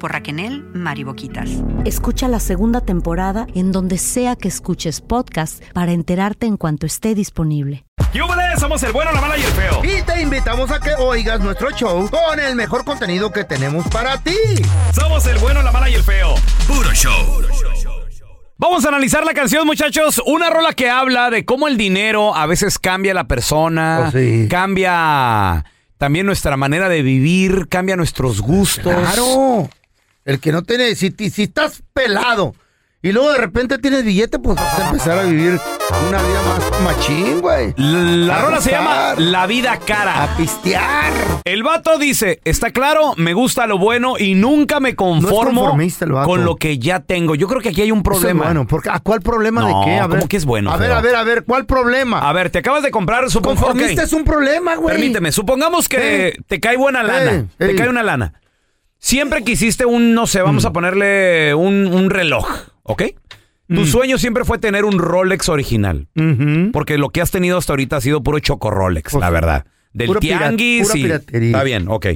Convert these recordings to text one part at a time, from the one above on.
Por Raquenel Mariboquitas. Escucha la segunda temporada en donde sea que escuches podcast para enterarte en cuanto esté disponible. ¡Yúbales! Somos el bueno, la mala y el feo. Y te invitamos a que oigas nuestro show con el mejor contenido que tenemos para ti. Somos el bueno, la mala y el feo. Puro show. Vamos a analizar la canción, muchachos. Una rola que habla de cómo el dinero a veces cambia a la persona, Oh, sí. cambia también nuestra manera de vivir, cambia nuestros gustos. Claro. El que no tiene, si, ti- si estás pelado y luego de repente tienes billete, pues vas a empezar a vivir una vida más machín, güey. La A rola se llama gustar. La vida cara. A pistear. El vato dice, está claro, me gusta lo bueno y nunca me conformo conformista el vato. con lo que ya tengo. Yo creo que aquí hay un Eso es problema. Bueno, porque, ¿a cuál problema No, de qué? A ver, ¿cómo que es bueno, A ver, feo? a ver, a ver, ¿cuál problema? A ver, te acabas de comprar, supongo. Conformista ok, es un problema, güey. Permíteme, supongamos que Eh. te cae buena lana. Eh, Te eh. cae una lana. Siempre quisiste un, no sé, Mm. vamos a ponerle un, un reloj, ¿ok? Tu sueño siempre fue tener un Rolex original. Mm. Ujú. Porque lo que has tenido hasta ahorita ha sido puro choco Rolex, Pues la sí. verdad. Del Puro pira- tianguis pura y- piratería. Está bien, ok.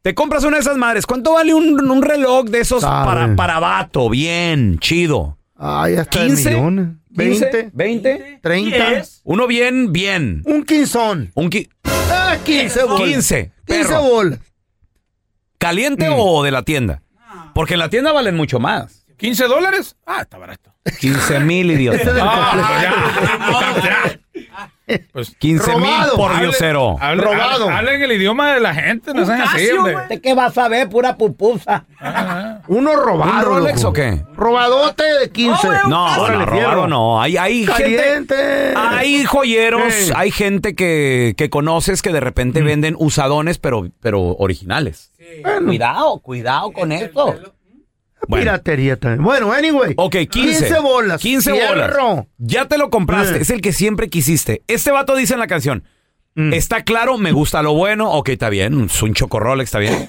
Te compras una de esas madres. ¿Cuánto vale un, un reloj de esos Sabe. para, para vato? Bien, chido. Ay, hasta el 15, millón. 20, 20, 20, 30. Uno bien, bien. Un quinzón. Un qui- Ah, 15 bol. 15, 15 perro. bol. ¿Caliente o de la tienda? Porque en la tienda valen mucho más. ¿15 dólares? Ah, está barato. 15 mil, idiota. Ah, Ah, Pues, 15 mil Robado. por hable- diosero. Ah, hable- Robado. hable- Hablen el idioma de la gente, no sean así, hombre. ¿Qué vas a ver? Pura pupusa. Uno robado. ¿Un Rolex loco. o qué? Robadote de 15. No, no, robado no. Hay, hay gente... Caliente. Hay joyeros, Sí. hay gente que, que conoces que de repente venden usadones, pero, pero originales. Bueno, Cuidado, cuidado con esto. Bueno, Piratería también. Bueno, anyway. ok, 15. 15 bolas. 15 bolas. Fierro. Ya te lo compraste, Eh. es el que siempre quisiste. Este vato dice en la canción, Mm. está claro, me gusta lo bueno, ok, está bien, es un choco Rolex, está bien.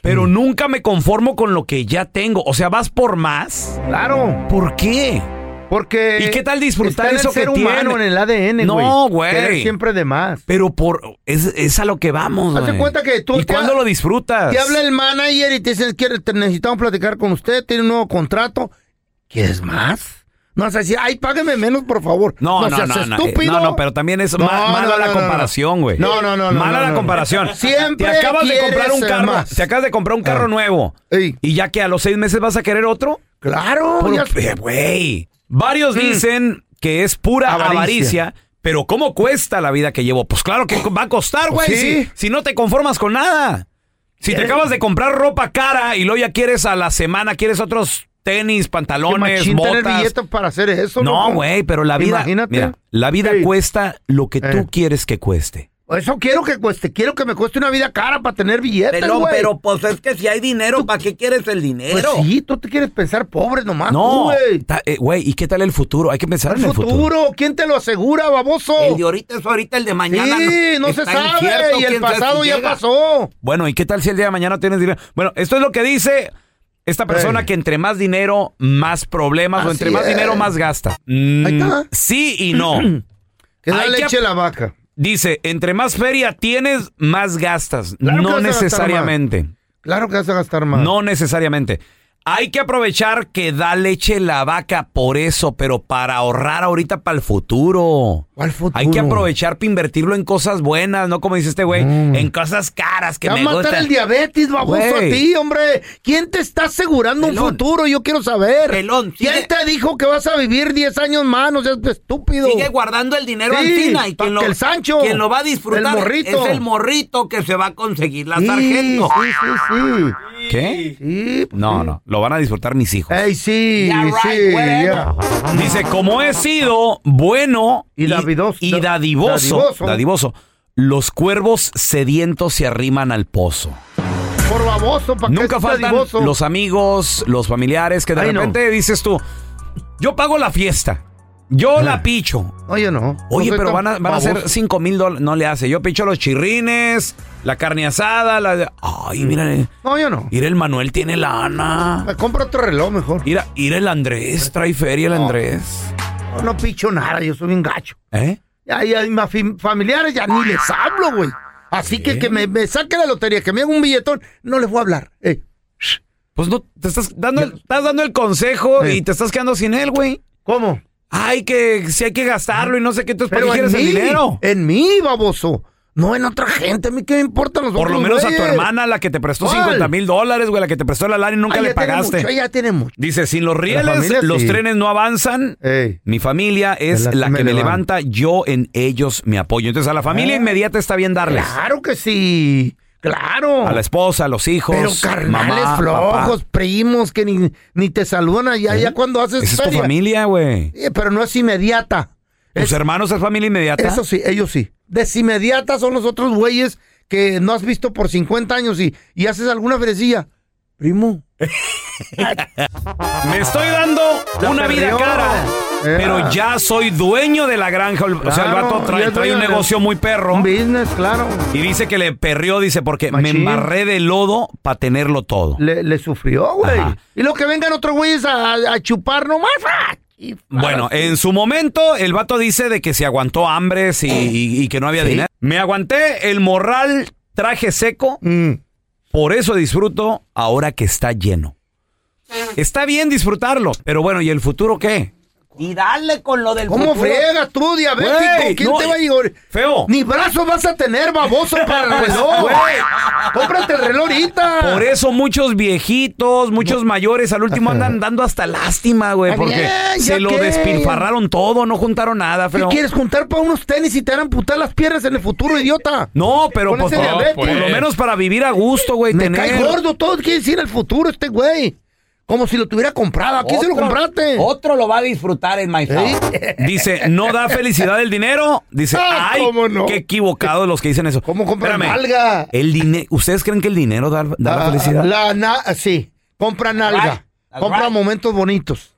Pero Mm. nunca me conformo con lo que ya tengo. O sea, vas por más. Claro. ¿Por qué? Porque. ¿Y qué tal disfrutar está en eso el ser que humano, tiene? en el ADN, No, güey. güey. Querer siempre de más. Pero por es, es a lo que vamos. Haz de güey. cuenta que tú ¿Y te- cuándo lo disfrutas? Te habla el manager y te dicen, "Quiere- te necesitamos platicar con usted, tiene un nuevo contrato. ¿Quieres más? No vas a decir, ay, págame menos, por favor. No, no, seas no, no, eh, estúpido. no, no, pero también es No, ma- no, mala no, la no, comparación, no. güey. No, no, no, no, Mala no, la no. comparación. Siempre te acabas de comprar un quieres carro, más. te acabas de comprar un carro Ah. nuevo. Ey. Y ya que a los seis meses vas a querer otro, Claro. Puro- ya- Mm. eh, güey. Varios dicen que es pura avaricia. Avaricia. pero ¿cómo cuesta la vida que llevo? Pues claro que va a costar, güey, Pues sí. Eh. si, si no te conformas con nada. Si te acabas de comprar ropa cara y luego ya quieres a la semana, quieres otros tenis, Qué pantalones, machín tener botas. billetes para hacer eso, No, loco. güey, pero la vida. Imagínate. Mira, la vida Sí. cuesta lo que Eh. tú quieres que cueste. Eso quiero que cueste, quiero que me cueste una vida cara para tener billetes, Pelón, Este güey. pero pues es que si hay dinero, ¿para qué quieres el Pues dinero? sí, tú te quieres pensar pobre nomás, tú, No, güey. ta- eh, güey, ¿y qué tal el futuro? Hay que pensar El en el futuro. futuro, ¿quién te lo asegura, baboso? El de ahorita es ahorita, el de mañana. sí, no se está sabe incierto, y quién el sabe pasado si ya llega. pasó. Bueno, ¿y qué tal si el día de mañana tienes dinero? Bueno, esto es lo que dice esta persona Ey. que entre más dinero, más problemas, o Así entre más es. dinero, más gasta. Mm, Ahí está. sí y no. Que da Hay que leche ap- la vaca. Dice, entre más feria tienes, más gastas. Claro que vas no a gastar más. necesariamente. Claro que vas a gastar más. No necesariamente. Hay que aprovechar que da leche la vaca por eso, pero para ahorrar ahorita para el futuro. ¿Cuál futuro? Hay que aprovechar para invertirlo en cosas buenas, no como dice este güey, en cosas caras que Mm. Te va a me matar gustan. el diabetes, baboso, Güey. a ti, hombre. ¿Quién te está asegurando un Pelón. futuro? Yo quiero saber. Pelón, ¿Quién sigue- te dijo que vas a vivir 10 años más? No seas estúpido. Sigue guardando el dinero Sí, al China y pa' quien lo, que el Sancho, quien lo va a disfrutar el morrito. es el morrito que se va a conseguir la Sí, sargento. Sí, sí, sí. ¿Qué? Sí, pues No, sí. no, lo van a disfrutar mis hijos. Ey, sí, Yeah, right, sí, whatever. yeah. Dice, como he sido bueno Y davidoso- y dadivoso, dadivoso. dadivoso, los cuervos sedientos se arriman al pozo. Por baboso, ¿para qué Nunca es faltan dadivoso? los amigos, los familiares que de Ay, no. repente dices tú, yo pago la fiesta, yo la picho. Oye, Ah. no. Oye, pero van a, van a ser 5 mil dólares. No le hace. Yo picho los chirrines, la carne asada, la... de- Ay, mira, eh, No, yo no. mira el Manuel tiene lana. Me compro otro reloj mejor. Mira, mira el Andrés, trae feria el No. Andrés. No, no picho nada, yo soy bien gacho. ¿Eh? Ya, ya, y más fam- familiares ya ni les hablo, güey. Así que que me, me saque la lotería, que me haga un billetón, no les voy a hablar. Eh, Pues no, te estás dando, el- estás dando el consejo Sí. y te estás quedando sin él, güey. ¿Cómo? Ay, que si hay que gastarlo y no sé qué, entonces ¿para qué Ah, Pero en quieres el mí, dinero? en mí, baboso. No en otra gente, a mí qué me importan los Por lo otros menos a tu güeyes? hermana, la que te prestó ¿Cuál? 50 mil dólares, güey, la que te prestó la lana y nunca Ay, le ya tiene pagaste. mucho, Ella tiene mucho. Dice, sin los familia, rieles, los sí. trenes no avanzan. Ey, Mi familia es la la, que que me Ah, me, levanta. yo en ellos me apoyo. Entonces a la familia inmediata está bien darles. claro que sí. Claro. A la esposa, a los hijos. Pero carnales mamá, flojos, papá. ¿Eh? primos que ni, ni te saludan allá, ya cuando haces Esa es tu feria. familia, güey. Sí, pero no es inmediata. Tus Es- hermanos es familia inmediata. eso sí, ellos sí. Desinmediata son los otros güeyes que no has visto por 50 años y, y haces alguna fresilla. Primo. Me estoy dando una vida perdió. cara. Eh. Pero ya soy dueño de la granja. O sea, el Claro, vato ya trae, es trae un dueño de- negocio muy perro. Un business, claro. Y dice que le perrió, dice, porque Machín. me embarré de lodo para tenerlo todo. Le, le sufrió, güey. Ajá. Y lo que vengan otros güeyes a, a chupar nomás. ¡ah! Y- Bueno, en su momento el vato dice de que se aguantó hambres y, y- y que no había dinero. Me aguanté el morral, traje seco, Mm. por eso disfruto ahora que está lleno. Está bien disfrutarlo, pero bueno, ¿y el futuro qué? Y dale con lo del ¿Cómo futuro. friegas tú, diabético? Güey, ¿Quién no, te va a llevar? Feo. Ni brazos vas a tener, baboso, para el Pues, reloj. güey. Cómprate el reloj ahorita. Por eso muchos viejitos, muchos mayores al último andan dando hasta lástima, güey, Está porque bien, ya se lo qué. despilfarraron todo, no juntaron nada, ¿Qué feo. quieres juntar para unos tenis y te harán putar las piernas en el futuro, idiota? No, pero Con pues, ese por, diabetes. por lo menos para vivir a gusto, güey, Me tener cae gordo, todo quiere decir el futuro este güey. Como si lo tuviera comprado. ¿A quién se lo Otro- compraste? Otro lo va a disfrutar en Maizal. ¿Eh? Dice, no da felicidad el dinero. Dice, Ah, ay, ¿cómo no? qué equivocados los que dicen eso. ¿Cómo compran Espérame. alga? Eh, El dinero, ¿ustedes creen que el dinero da, da la Ah, felicidad? La na- sí, compran alga. That's Compran right. momentos bonitos.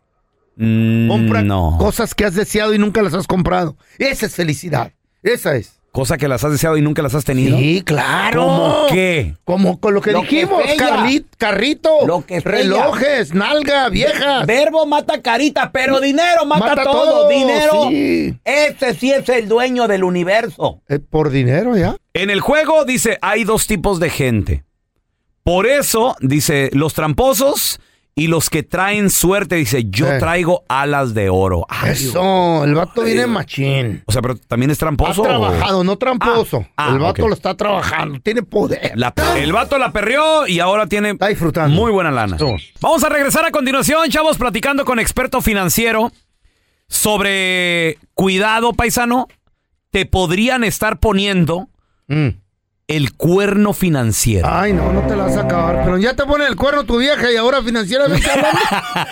Mm, Compran no. cosas que has deseado y nunca las has comprado. Esa es felicidad. Esa es. Cosa que las has deseado y nunca las has tenido. Sí, claro. ¿Cómo qué? Como con lo que Lo que dijimos, pella. Carlit, carrito, Lo que pella. relojes, nalga, viejas. Verbo mata carita, pero dinero mata, Mata todo. todo, Dinero. sí. Este sí es el dueño del universo. Eh, por dinero ya. En el juego dice, hay dos tipos de gente. Por eso, dice, los tramposos y los que traen suerte. Dice, yo Eh. traigo alas de oro. Ay, Eso, el vato viene machín. O sea, pero también es Ha tramposo. o- trabajado, no tramposo. Ah, ah, el vato ok. lo está trabajando, tiene poder. La- el vato la perrió y ahora tiene Está disfrutando. muy buena lana. Eso. Vamos a regresar a continuación, chavos, platicando con experto financiero sobre cuidado, paisano. Te podrían estar poniendo Mm. el cuerno financiero. Ay, no, no te la vas a acabar. Pero ya te pone el cuerno tu vieja y ahora financieramente hablando.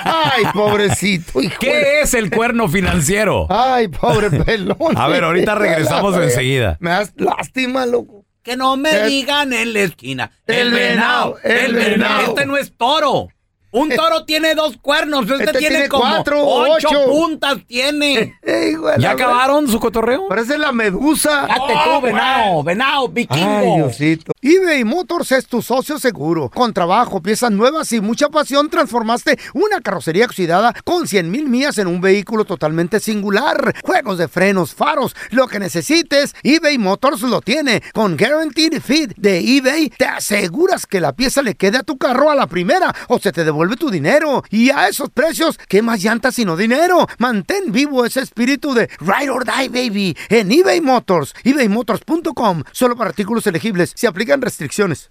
Ay, pobrecito, hijo. de- ¿Qué es el cuerno financiero? Ay, pobre pelón. A ver, ahorita regresamos enseguida. Me das lástima, loco. Que no me Es- digan en la esquina. El venado, el venado. Eh, Este no es toro. Un toro tiene dos cuernos. Este, Este tiene, tiene como cuatro o ocho, ocho. puntas. Tiene. Ey, güey, ¿Ya la- acabaron su cotorreo? Parece la medusa. Date tú, venado, venado, Oh, Ay, vikingo. Diosito. eBay Motors es tu socio seguro. Con trabajo, piezas nuevas y mucha pasión, transformaste una carrocería oxidada con 100 mil millas en un vehículo totalmente singular. Juegos de frenos, faros, lo que necesites, eBay Motors lo tiene. Con Guaranteed Fit de eBay, te aseguras que la pieza le quede a tu carro a la primera o se te devuelve tu dinero. Y a esos precios, ¿qué más llantas sino dinero? Mantén vivo ese espíritu de Ride or Die, baby, en eBay Motors. ebaymotors.com. Solo para artículos elegibles. Se aplican restricciones.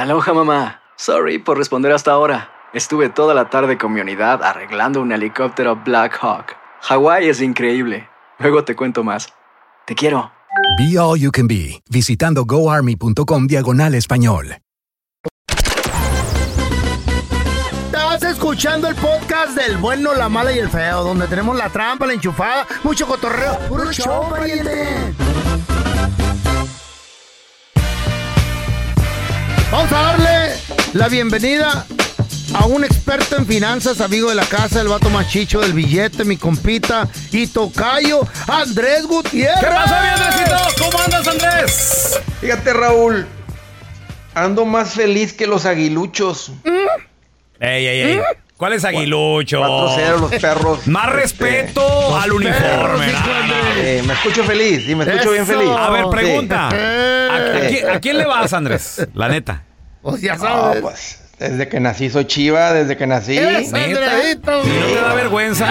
Aloha mamá. Sorry por responder hasta ahora. Estuve toda la tarde con mi unidad arreglando un helicóptero Black Hawk. Hawái es increíble. Luego te cuento más. Te quiero. Be All You Can Be, visitando goarmy.com diagonal español. Estás escuchando el podcast del bueno, la mala y el feo, donde tenemos la trampa, la enchufada, mucho cotorreo. ¡Puro show, pariente! Vamos a darle la bienvenida a un experto en finanzas, amigo de la casa, el vato machicho del billete, mi compita y tocayo, Andrés Gutiérrez. ¿Qué pasa, mi Andresito? ¿Cómo andas, Andrés? Fíjate, Raúl. Ando más feliz que los aguiluchos. Ey, ey, ey. ¿Cuál es aguilucho? Oh. 4-0 los perros. Más Este, respeto al uniforme. ¿no? eh, me escucho feliz y me escucho bien Eso. feliz. A ver, Sí. pregunta. ¿A, a Sí. qui- a quién le vas, Andrés? La neta. Pues ya No, sabes. pues, desde que nací soy chiva, desde que nací. Eres Andreito. ¿Y no te da vergüenza?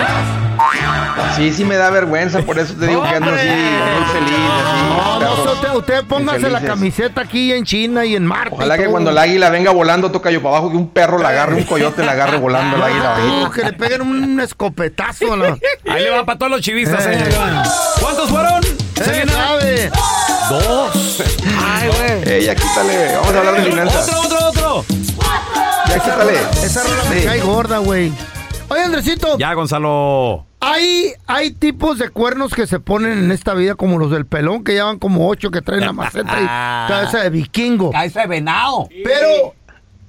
Sí, sí me da vergüenza, por eso te digo que ando así, ando muy feliz. así, No, no, perros usted, usted póngase la infelices. camiseta aquí en China y en Marte. y Ojalá que todo. cuando el águila venga volando, toca yo para abajo, que un perro la agarre, un coyote la agarre volando el águila No, bajito. que le peguen un escopetazo a la. Ahí le va para todos los chivistas. Eh. eh, ahí van. ¿Cuántos fueron? ¡Se Selena? sabe! Dos. Ay, güey. Ey, ya quítale, vamos a hablar de finanzas. Otro, otro, otro. Ya quítale. Esa rola me Sí. cae gorda, güey. Oye, Andresito, Ya, Gonzalo. hay, hay tipos de cuernos que se ponen en esta vida, como los del pelón, que llevan como ocho que traen la maceta y cabeza de vikingo. Cabeza de venado. Pero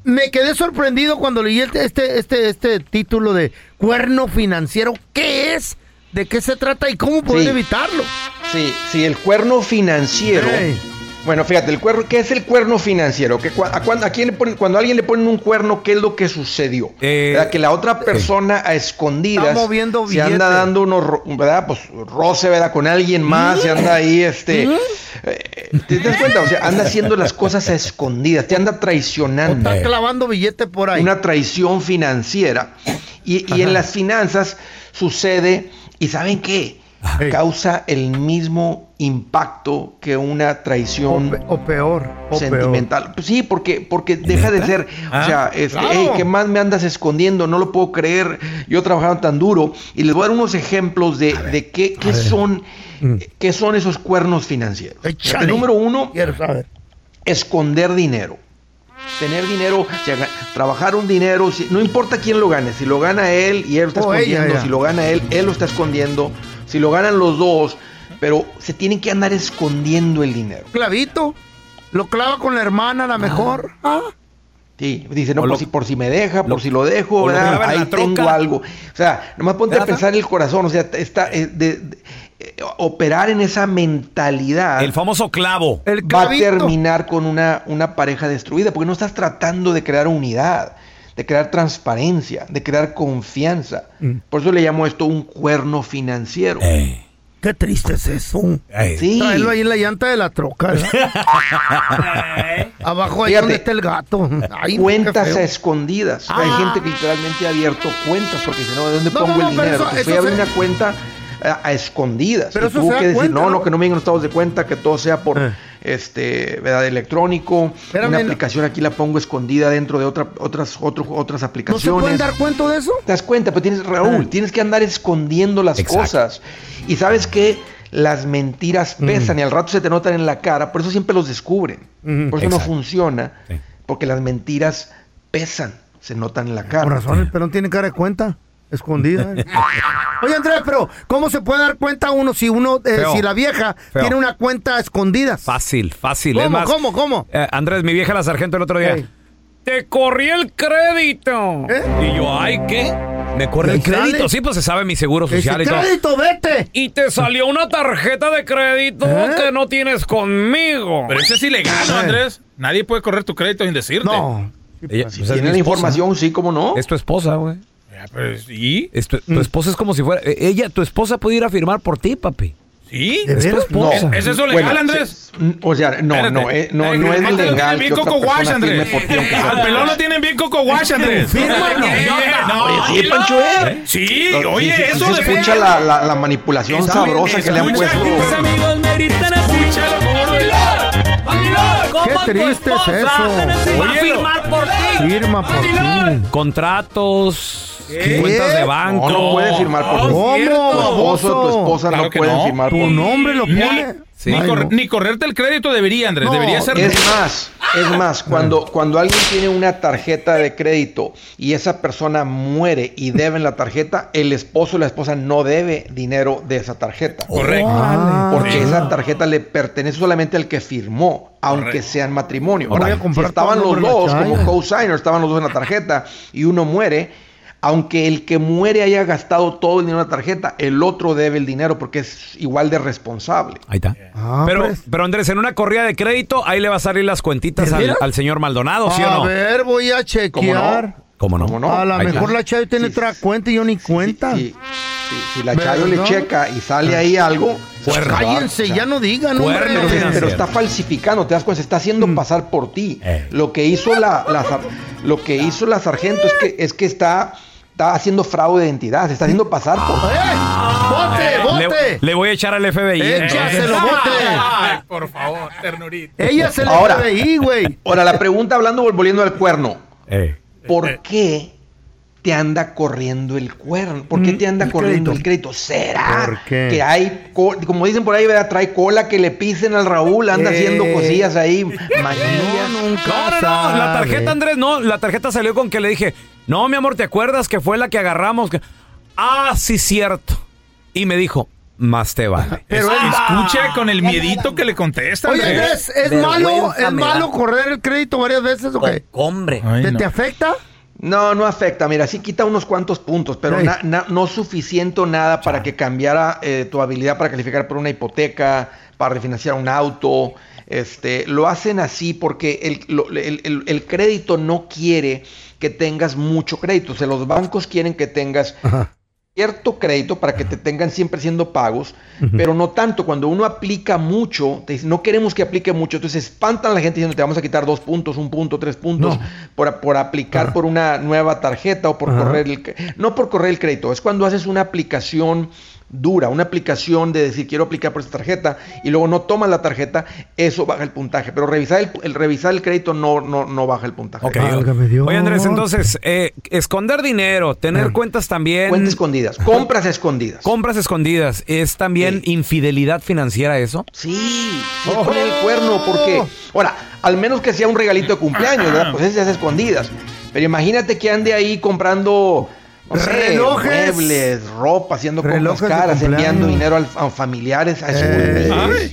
me quedé sorprendido cuando leí este, este, este, este título de cuerno financiero. ¿Qué es? ¿De qué se trata y cómo poder Sí. evitarlo? Sí, sí, el cuerno financiero. Ey. Bueno, fíjate, el cuerno, ¿qué es el cuerno financiero? Que cua- a cuan- a quién le ponen- cuando a alguien le ponen un cuerno, ¿qué es lo que sucedió? Eh, ¿Verdad? que la otra persona a escondidas Está moviendo se anda billete. dando unos, ro- ¿verdad? Pues roce, ¿verdad? Con alguien más, se anda ahí, este... Mm. eh, ¿Te das cuenta? O sea, anda haciendo las cosas a escondidas, te anda ¿O traicionando. está clavando billete por ahí? Eh. Una traición financiera. Y, y en las finanzas sucede, ¿y saben qué? Ey. Causa el mismo impacto que una O, traición pe- o peor, o peor. sentimental. Pues sí, porque, porque deja de ser, o sea, este, claro. "Ey, ¿qué más me andas escondiendo? No lo puedo creer, yo trabajando tan duro. Y les voy a dar unos ejemplos de, de qué, qué son, qué son esos cuernos financieros. Mm. Échale. El número uno, Quiero saber. esconder dinero. Tener dinero, o sea, ga- trabajar un dinero, si- no importa quién lo gane, si lo gana él y él lo está O Oh, ella, escondiendo, ya. si lo gana él, él lo está escondiendo, si lo ganan los dos, pero se tienen que andar escondiendo el dinero. Clavito. Lo clava con la hermana, la mejor. Ah. Sí, dice, no, O por, lo- si, por si me deja, por si lo o dejo, lo ¿verdad? clava en la ahí tengo troca. algo. O sea, nomás ponte a ¿Verdad, pensar en el corazón, o sea, te- está, eh, de- de- eh, operar en esa mentalidad. El famoso clavo. El va a clavito. terminar con una, una pareja destruida, porque no estás tratando de crear unidad, de crear Mm. Eh, transparencia, de crear confianza. Por eso le llamo esto un cuerno financiero. Qué triste es eso. Sí. Tráelo ahí en la llanta de la troca. Abajo ahí Fíjate. donde está el gato. Ay, no, qué cuentas feo. Ah. a escondidas. Hay gente que literalmente ha abierto cuentas porque dice, no, ¿de dónde No, pongo no, no, el pero dinero? eso- Pues fui eso a abrir se- una cuenta eh, a, a escondidas. Pero y eso tuvo se da que decir, cuenta, no, ¿no? Eh. no, que no me lleguen los estados de cuenta, que todo sea por este ¿verdad? electrónico. Espérame, una no. aplicación aquí la pongo escondida dentro de otra, otras, otro- otras ¿No se aplicaciones. pueden dar cuenta de eso? Te das cuenta, pero tienes, Raúl, tienes que andar escondiendo las cosas. Y sabes que las mentiras pesan y al rato se te notan en la cara, por eso siempre los descubren. Por eso no Exacto. funciona, porque las mentiras pesan, se notan en la cara. Con razón, el pelón tiene cara de cuenta. Escondida. eh. Oye, Andrés, pero ¿cómo se puede dar cuenta uno si uno, eh, Feo. si la vieja Feo. tiene una cuenta a escondidas? Fácil, fácil. ¿Cómo, es más, cómo, cómo? eh, Andrés, mi vieja la sargento el otro día. Te corrí el crédito. Y yo, ay, ¿qué? Me corre el ¿Qué sale? crédito. Sí, pues se sabe mi seguro Ese social y todo. crédito, vete! Y te salió una tarjeta de crédito que no tienes conmigo. Pero eso es ilegal, ¿no, Andrés. Nadie puede correr tu crédito sin decirte. No. si tiene la información, sí, cómo no. Es tu esposa, güey. ¿Y? Es tu, tu esposa es como si fuera. eh, Ella, tu esposa puede ir a firmar por ti, papi. ¿Sí? Es tu esposa. No. Bueno, se- n- O sea, no, no, eh, no, no es legal que Bien otra coco wash, persona firme Andrés. por ti, aunque Al sea tu pelón lo esposa. tienen bien coco wash, Andrés. Firma, no. Eh, no, Oye, sí, no. Pancho, ¿eh? Sí, No, oye, sí, sí, eso sí de se escucha la, la- la manipulación Está bien, sabrosa que le han escucha, puesto. mis amigos meritan así. Qué triste es eso. Oye, firmar por ti. Firma por ti. Contratos, ¿Qué? cuentas de banco. Oh, No, no puede firmar por ti. ¿Cómo, Tu esposo, tu baboso? esposa Claro no que pueden no. firmar Tu por ti. nombre lo pone. Ni, cor- ni correrte el crédito debería, Andrés. No, debería ser. Es más, es más, cuando, cuando alguien tiene una tarjeta de crédito y esa persona muere y debe en la tarjeta, el esposo o la esposa no debe dinero de esa tarjeta. Correcto. Ah, Porque esa tarjeta le pertenece solamente al que firmó, aunque sea en matrimonio. Ahora voy Ahora, a si comprar estaban todo los el nombre de dos la como chaya. co-signers, estaban los dos en la tarjeta y uno muere, aunque el que muere haya gastado todo el dinero en la tarjeta, el otro debe el dinero porque es igual de responsable. Ahí está. ah, pero, pero Andrés, en una corrida de crédito, ahí le va a salir las cuentitas al, al señor Maldonado, ¿sí o A no? ver, voy a chequear. ¿Cómo no? A lo Ahí está. mejor la Chayo tiene otra cuenta y yo ni cuenta. Si la Chayo le checa y sale ahí algo, Pues se va a cállense, dar, ya no digan, Pero- hombre. pero, pero está falsificando, te das cuenta, se está haciendo pasar por ti. Lo que hizo la, la sar- lo que hizo la sargento es que es que está, está haciendo fraude de identidad, se está haciendo pasar por ¡Eh! ¡Bote, Le, bote! le voy a echar al FBI. ¿eh? entonces. ¡Échaselo, bote! Ay, por favor, ternurita. Ella se le Ahora. ahí, güey. Ahora la pregunta hablando volviendo al cuerno, Ey. Eh, ¿por qué te anda corriendo el cuerno? ¿Por qué te anda corriendo el crédito? ¿Será Mm, ¿Por qué? que hay, co- como dicen por ahí, ¿verdad? trae cola que le pisen al Raúl, anda Eh. haciendo cosillas ahí, manillas? No, no, no, la tarjeta, Andrés, no. La tarjeta salió con que le dije, no, mi amor, ¿te acuerdas que fue la que agarramos? Que- Ah, sí, cierto. Y me dijo, más te vale. Pero escucha con el miedito que le contesta. Oye, Andrés. Andrés, ¿es Vergüenza malo, es me malo correr el crédito varias veces o qué? Hombre. ¿Te, te afecta? No, no afecta. Mira, sí quita unos cuantos puntos, pero Ey. na- na- no suficiente o nada para que cambiara eh, tu habilidad para calificar por una hipoteca, para refinanciar un auto. Este, lo hacen así porque el, lo- el- el- el crédito no quiere que tengas mucho crédito. O sea, los bancos quieren que tengas cierto crédito para que te tengan siempre siendo pagos, pero no tanto. Cuando uno aplica mucho, te dicen, no queremos que aplique mucho, entonces espantan a la gente diciendo, te vamos a quitar dos puntos, un punto, tres puntos por, por aplicar por una nueva tarjeta o por Ajá. correr el... cr- No por correr el crédito, es cuando haces una aplicación dura, una aplicación de decir quiero aplicar por esta tarjeta y luego no tomas la tarjeta, eso baja el puntaje, pero revisar el, el revisar el crédito no, no, no baja el puntaje. Ok. Oye, Andrés, entonces, eh, esconder dinero, tener cuentas también. Cuentas escondidas, compras escondidas. Compras escondidas, ¿es también infidelidad financiera eso? Sí, Ah. sí, pone el cuerno, porque, Oh. ahora, al menos que sea un regalito de cumpleaños, ¿verdad? Pues esas escondidas. Pero imagínate que ande ahí comprando, no sé, Relojes. muebles, ropa, haciendo Relojes compras de caras, cumpleaños. enviando dinero al- a familiares, Eh, a ¿Ah? escondidas.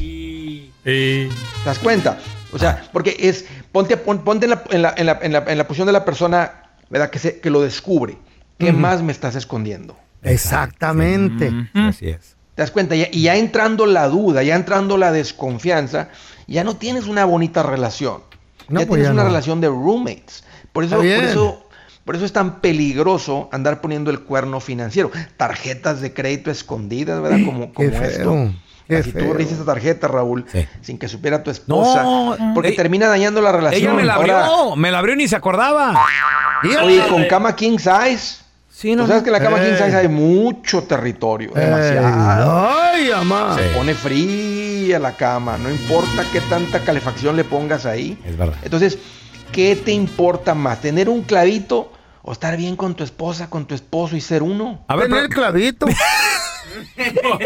¿Te das cuenta? O sea, porque es, ponte, pon- ponte en, la, en, la, en, la, en la- en la posición de la persona, ¿verdad? Que, se, que lo descubre. ¿Qué más me estás escondiendo? Exactamente. Eh, Así es. ¿Te das cuenta? Ya- Y ya entrando la duda, ya entrando la desconfianza, ya no tienes una bonita relación. No, ya pues tienes ya una no. relación de roommates. Por Está eso, por bien. eso, Por eso es tan peligroso andar poniendo el cuerno financiero. Tarjetas de crédito escondidas, ¿verdad? Como, como Qué feo. esto. Qué Si feo. tú abriste esa tarjeta, Raúl, sin que supiera tu esposa, eh, porque ey, termina dañando la relación. Ella me la abrió, Ahora- me la abrió y ni se acordaba. Oye, con cama king size. Sí, no, Tú sabes que en la cama Ey. king size hay mucho territorio, Ey. demasiado. Ay, mamá. Se pone fría la cama, no importa qué tanta calefacción le pongas ahí. Es verdad. Entonces, ¿qué te importa más? ¿Tener un clavito o estar bien con tu esposa, con tu esposo y ser uno? A ver, el clavito. Pues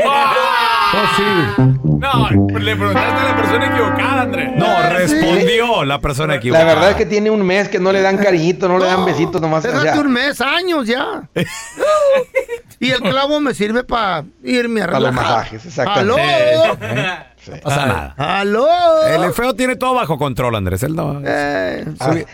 No, le preguntaste a la persona equivocada, Andrés. No, respondió la persona Ah, La equivocada. verdad es que tiene un mes que no le dan cariñito, no le dan besitos nomás. o sea, Déjate un mes, años ya. y el clavo me sirve para irme a Para los relajar. masajes, ¡Aló! exactamente. No Ah. pasa nada. ¡Aló! El feo tiene todo bajo control, Andrés. Él no. Eh, Su-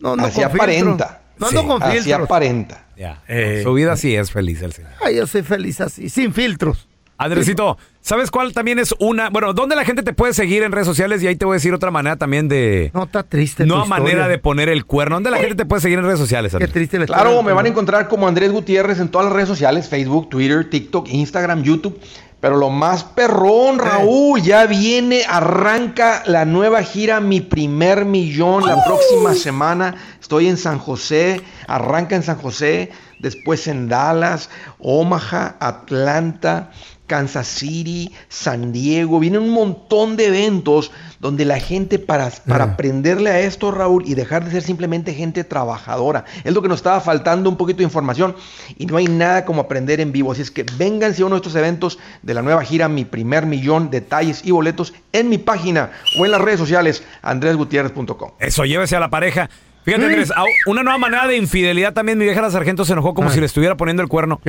no, no Ah. así con filtro. aparenta. No ando Sí. con Así filtros. aparenta. Ya. Eh. Su vida sí es feliz el señor. Ay, yo soy feliz así, sin filtros. Andresito, ¿sabes cuál también es una? Bueno, ¿dónde la gente te puede seguir en redes sociales? Y ahí te voy a decir otra manera también de. No está este, triste. No tu a manera historia. de poner el cuerno. ¿Dónde la gente te puede seguir en redes sociales, Andrés? triste la Claro, me van a encontrar como Andrés Gutiérrez en todas las redes sociales, Facebook, Twitter, TikTok, Instagram, YouTube. Pero lo más perrón, Raúl, ya viene, arranca la nueva gira Mi Primer Millón la próxima semana. Estoy en San José, arranca en San José, después en Dallas, Omaha, Atlanta, Kansas City, San Diego. Vienen un montón de eventos donde la gente para, para aprenderle a esto, Raúl, y dejar de ser simplemente gente trabajadora. Es lo que nos estaba faltando un poquito de información y no hay nada como aprender en vivo. Así es que vénganse a uno de estos eventos de la nueva gira Mi Primer Millón, detalles y boletos en mi página o en las redes sociales andresgutierrez.com. Eso, llévese a la pareja. Fíjate, Mm. Andrés, a- una nueva manera de infidelidad también. Mi vieja la sargento se enojó como si le estuviera poniendo el cuerno.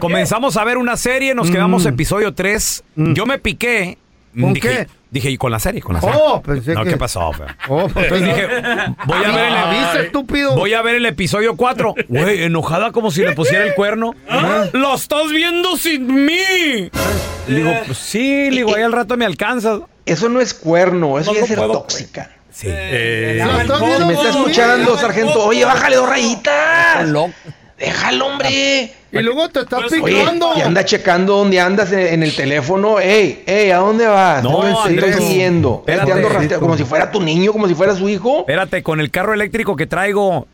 Comenzamos a ver una serie, nos quedamos episodio 3. Yo me piqué. ¿Con qué? dije, Dije, y con la serie, con la serie. Oh, pensé no, que... ¿qué pasó, feo? Oh, pues, Dije, voy a ver el Avisa, estúpido. Voy a ver el episodio 4. Güey, enojada como si le pusiera el cuerno. ¡Lo estás viendo sin mí! Le digo, pues sí, le digo, ahí al rato me alcanzas. Eso no es cuerno, eso No ya lo es ser puedo, tóxica. Sí. Si me está escuchando, sargento, oye, bájale dos rayitas. Déjalo, hombre. Y luego te Pues, estás Oye, picando. y anda checando dónde andas en, en el teléfono. Ey, ey, ¿a dónde vas? No, te estoy Andrés, siguiendo. Te espérate. ando rastreando, como si fuera tu niño, como si fuera su hijo. Espérate, con el carro eléctrico que traigo.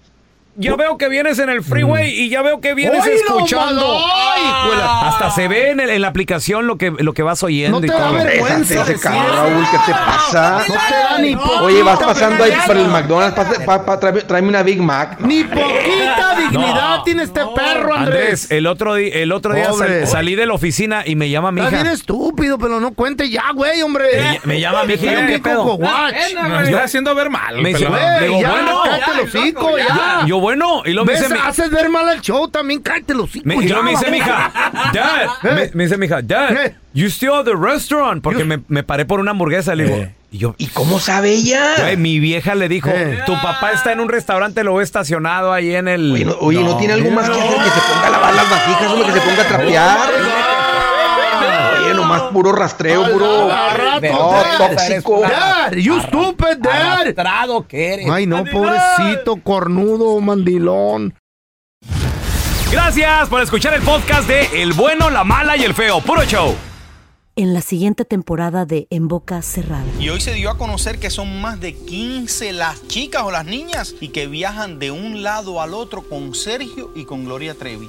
Yo veo que vienes en el freeway Mm. y ya veo que vienes ¡Ay, no, escuchando. mano! ¡Ay, hijuela! Hasta se ve en, el- en la aplicación lo que, lo que vas oyendo No te y da todo. vergüenza Déjate ese decir carro, eso. Raúl, ¿qué te pasa? No te da ni Oye, vas poquita pasando ahí vergüenza. por el McDonald's, pasa- pa- pa- tráeme, tráeme una Big Mac. No, Ni poquita dignidad tiene este perro, Andrés. Andrés, el otro, di- el otro día sal- Pobre. salí de la oficina y me llama mi Estás bien hija. estúpido, pero no cuente ya, güey, hombre. Me llama mi hija. Tiene un ¿qué pedo? coco watch. Nos está haciendo ver mal. Me dice, pelón. güey, Ey, Digo, ya, bueno. cállate el hocico, ya. Yo, bueno, y luego me ¿Ves? dice mi- Haces ver mal al show también, cállate el hocico. Me, y ya, luego me dice mi vamos. hija, Dad, me, me dice mi hija, Dad, ¿Qué? you still at the restaurant, porque me, me paré por una hamburguesa, le digo, y yo, ¿Y cómo sabe ella? Güey, mi vieja le dijo, Eh. tu papá está en un restaurante, lo ve estacionado ahí en el... Oye, no, oye, ¿no tiene algo más que hacer que se ponga a lavar las vasijas, hombre, que se ponga a trapear? Oye, nomás puro rastreo, puro... Al rato, No, dad. tóxico. Dad, you stupid dad. Ay, no, pobrecito, cornudo, mandilón. Gracias por escuchar el podcast de El Bueno, La Mala y El Feo, puro show. En la siguiente temporada de En Boca Cerrada. Y hoy se dio a conocer que son más de 15 las chicas o las niñas y que viajan de un lado al otro con Sergio y con Gloria Trevi.